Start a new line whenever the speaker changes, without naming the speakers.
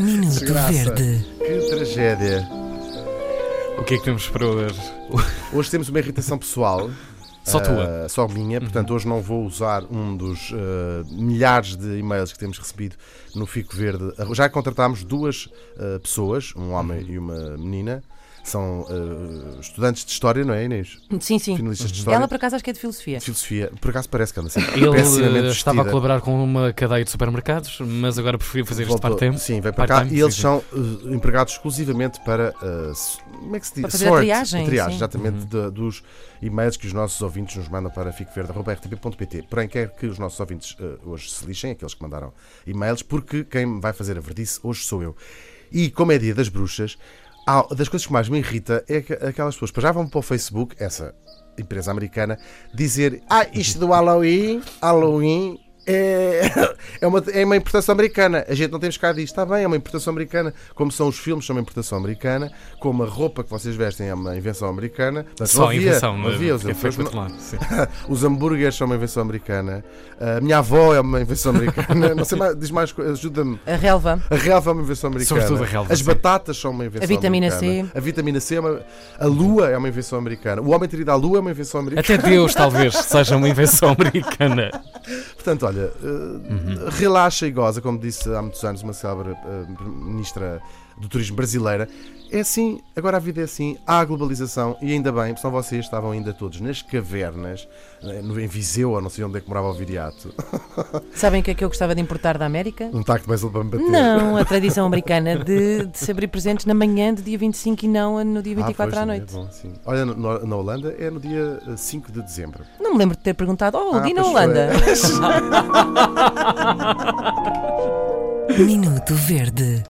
Minuto
Desgraça.
Verde.
Que tragédia.
O que é que temos para hoje?
Hoje temos uma irritação pessoal.
Só tua. Uhum.
Ah, só minha, portanto hoje não vou usar um dos ah, milhares de e-mails que temos recebido no Fico Verde. Já contratámos duas ah, pessoas, um homem
Uhum.
e uma menina, são ah, estudantes de História, não é Inês?
Sim, sim.
Finalistas de História,
Ela por acaso acho que é de filosofia.
de Filosofia, por acaso parece que anda assim,
Ele eh,
pessimamente
estava a
vestida.
colaborar com uma cadeia de supermercados, mas agora preferiu fazer este
Voltou-
part-time.
Sim, veio para cá
Part-time,
e eles
sim, sim.
são eh, empregados exclusivamente para eh, s- como é que se diz?
Para fazer a
Sort,
triagem, sim.
exatamente
Uhum.
de- dos e-mails que os nossos ouvintes nos mandam para ficoverde.rtp.pt. Porém, quero que os nossos ouvintes eh, hoje se lixem, aqueles que mandaram e-mails, porque quem vai fazer a verdice hoje sou eu. E como é dia das bruxas, há- das coisas que mais me irrita é que aquelas pessoas que já vão para o Facebook, essa empresa americana, dizer ah, isto do Halloween, Halloween é, é, uma, é uma importação americana. A gente não temos cá disto, está bem, é uma importação americana. Como são os filmes, são uma importação americana. Como a roupa que vocês vestem é uma invenção americana. Portanto,
Só
não
a
havia-
invenção,
não
mas
havia os
é
europeus,
feito
não-
muito lá. Sim.
os hambúrgueres são uma invenção americana. A minha avó é uma invenção americana. Não sei mais, diz mais, co- ajuda-me.
A relva.
A relva é uma invenção americana.
Sobretudo a relva,
As
sim.
batatas são uma invenção
A vitamina C.
americana. A vitamina C. é uma- A lua é uma invenção americana. O homem ter ido à lua é uma invenção americana.
Até Deus, talvez, seja uma invenção americana.
Portanto, olha, eh, relaxa e goza, como disse há muitos anos uma célebre eh, ministra do turismo brasileira. É assim, agora a vida é assim, há a globalização e ainda bem, porque senão vocês estavam ainda todos nas cavernas, eh, no- em Viseu, ou não sei onde é que morava o Viriato.
Sabem o que é que eu gostava de importar da América?
Um tacto mais para me bater. Ah,
Não, a tradição americana de, de se abrir presentes na manhã do dia 25 e não no dia 24
pois,
à
também é
noite.
bom, sim. Olha, no- no- na Holanda é no dia eh, 5 de dezembro.
Não me lembro de ter perguntado, oh,
Ah,
ah, na
pois
Holanda.
foi.
Minuto Verde.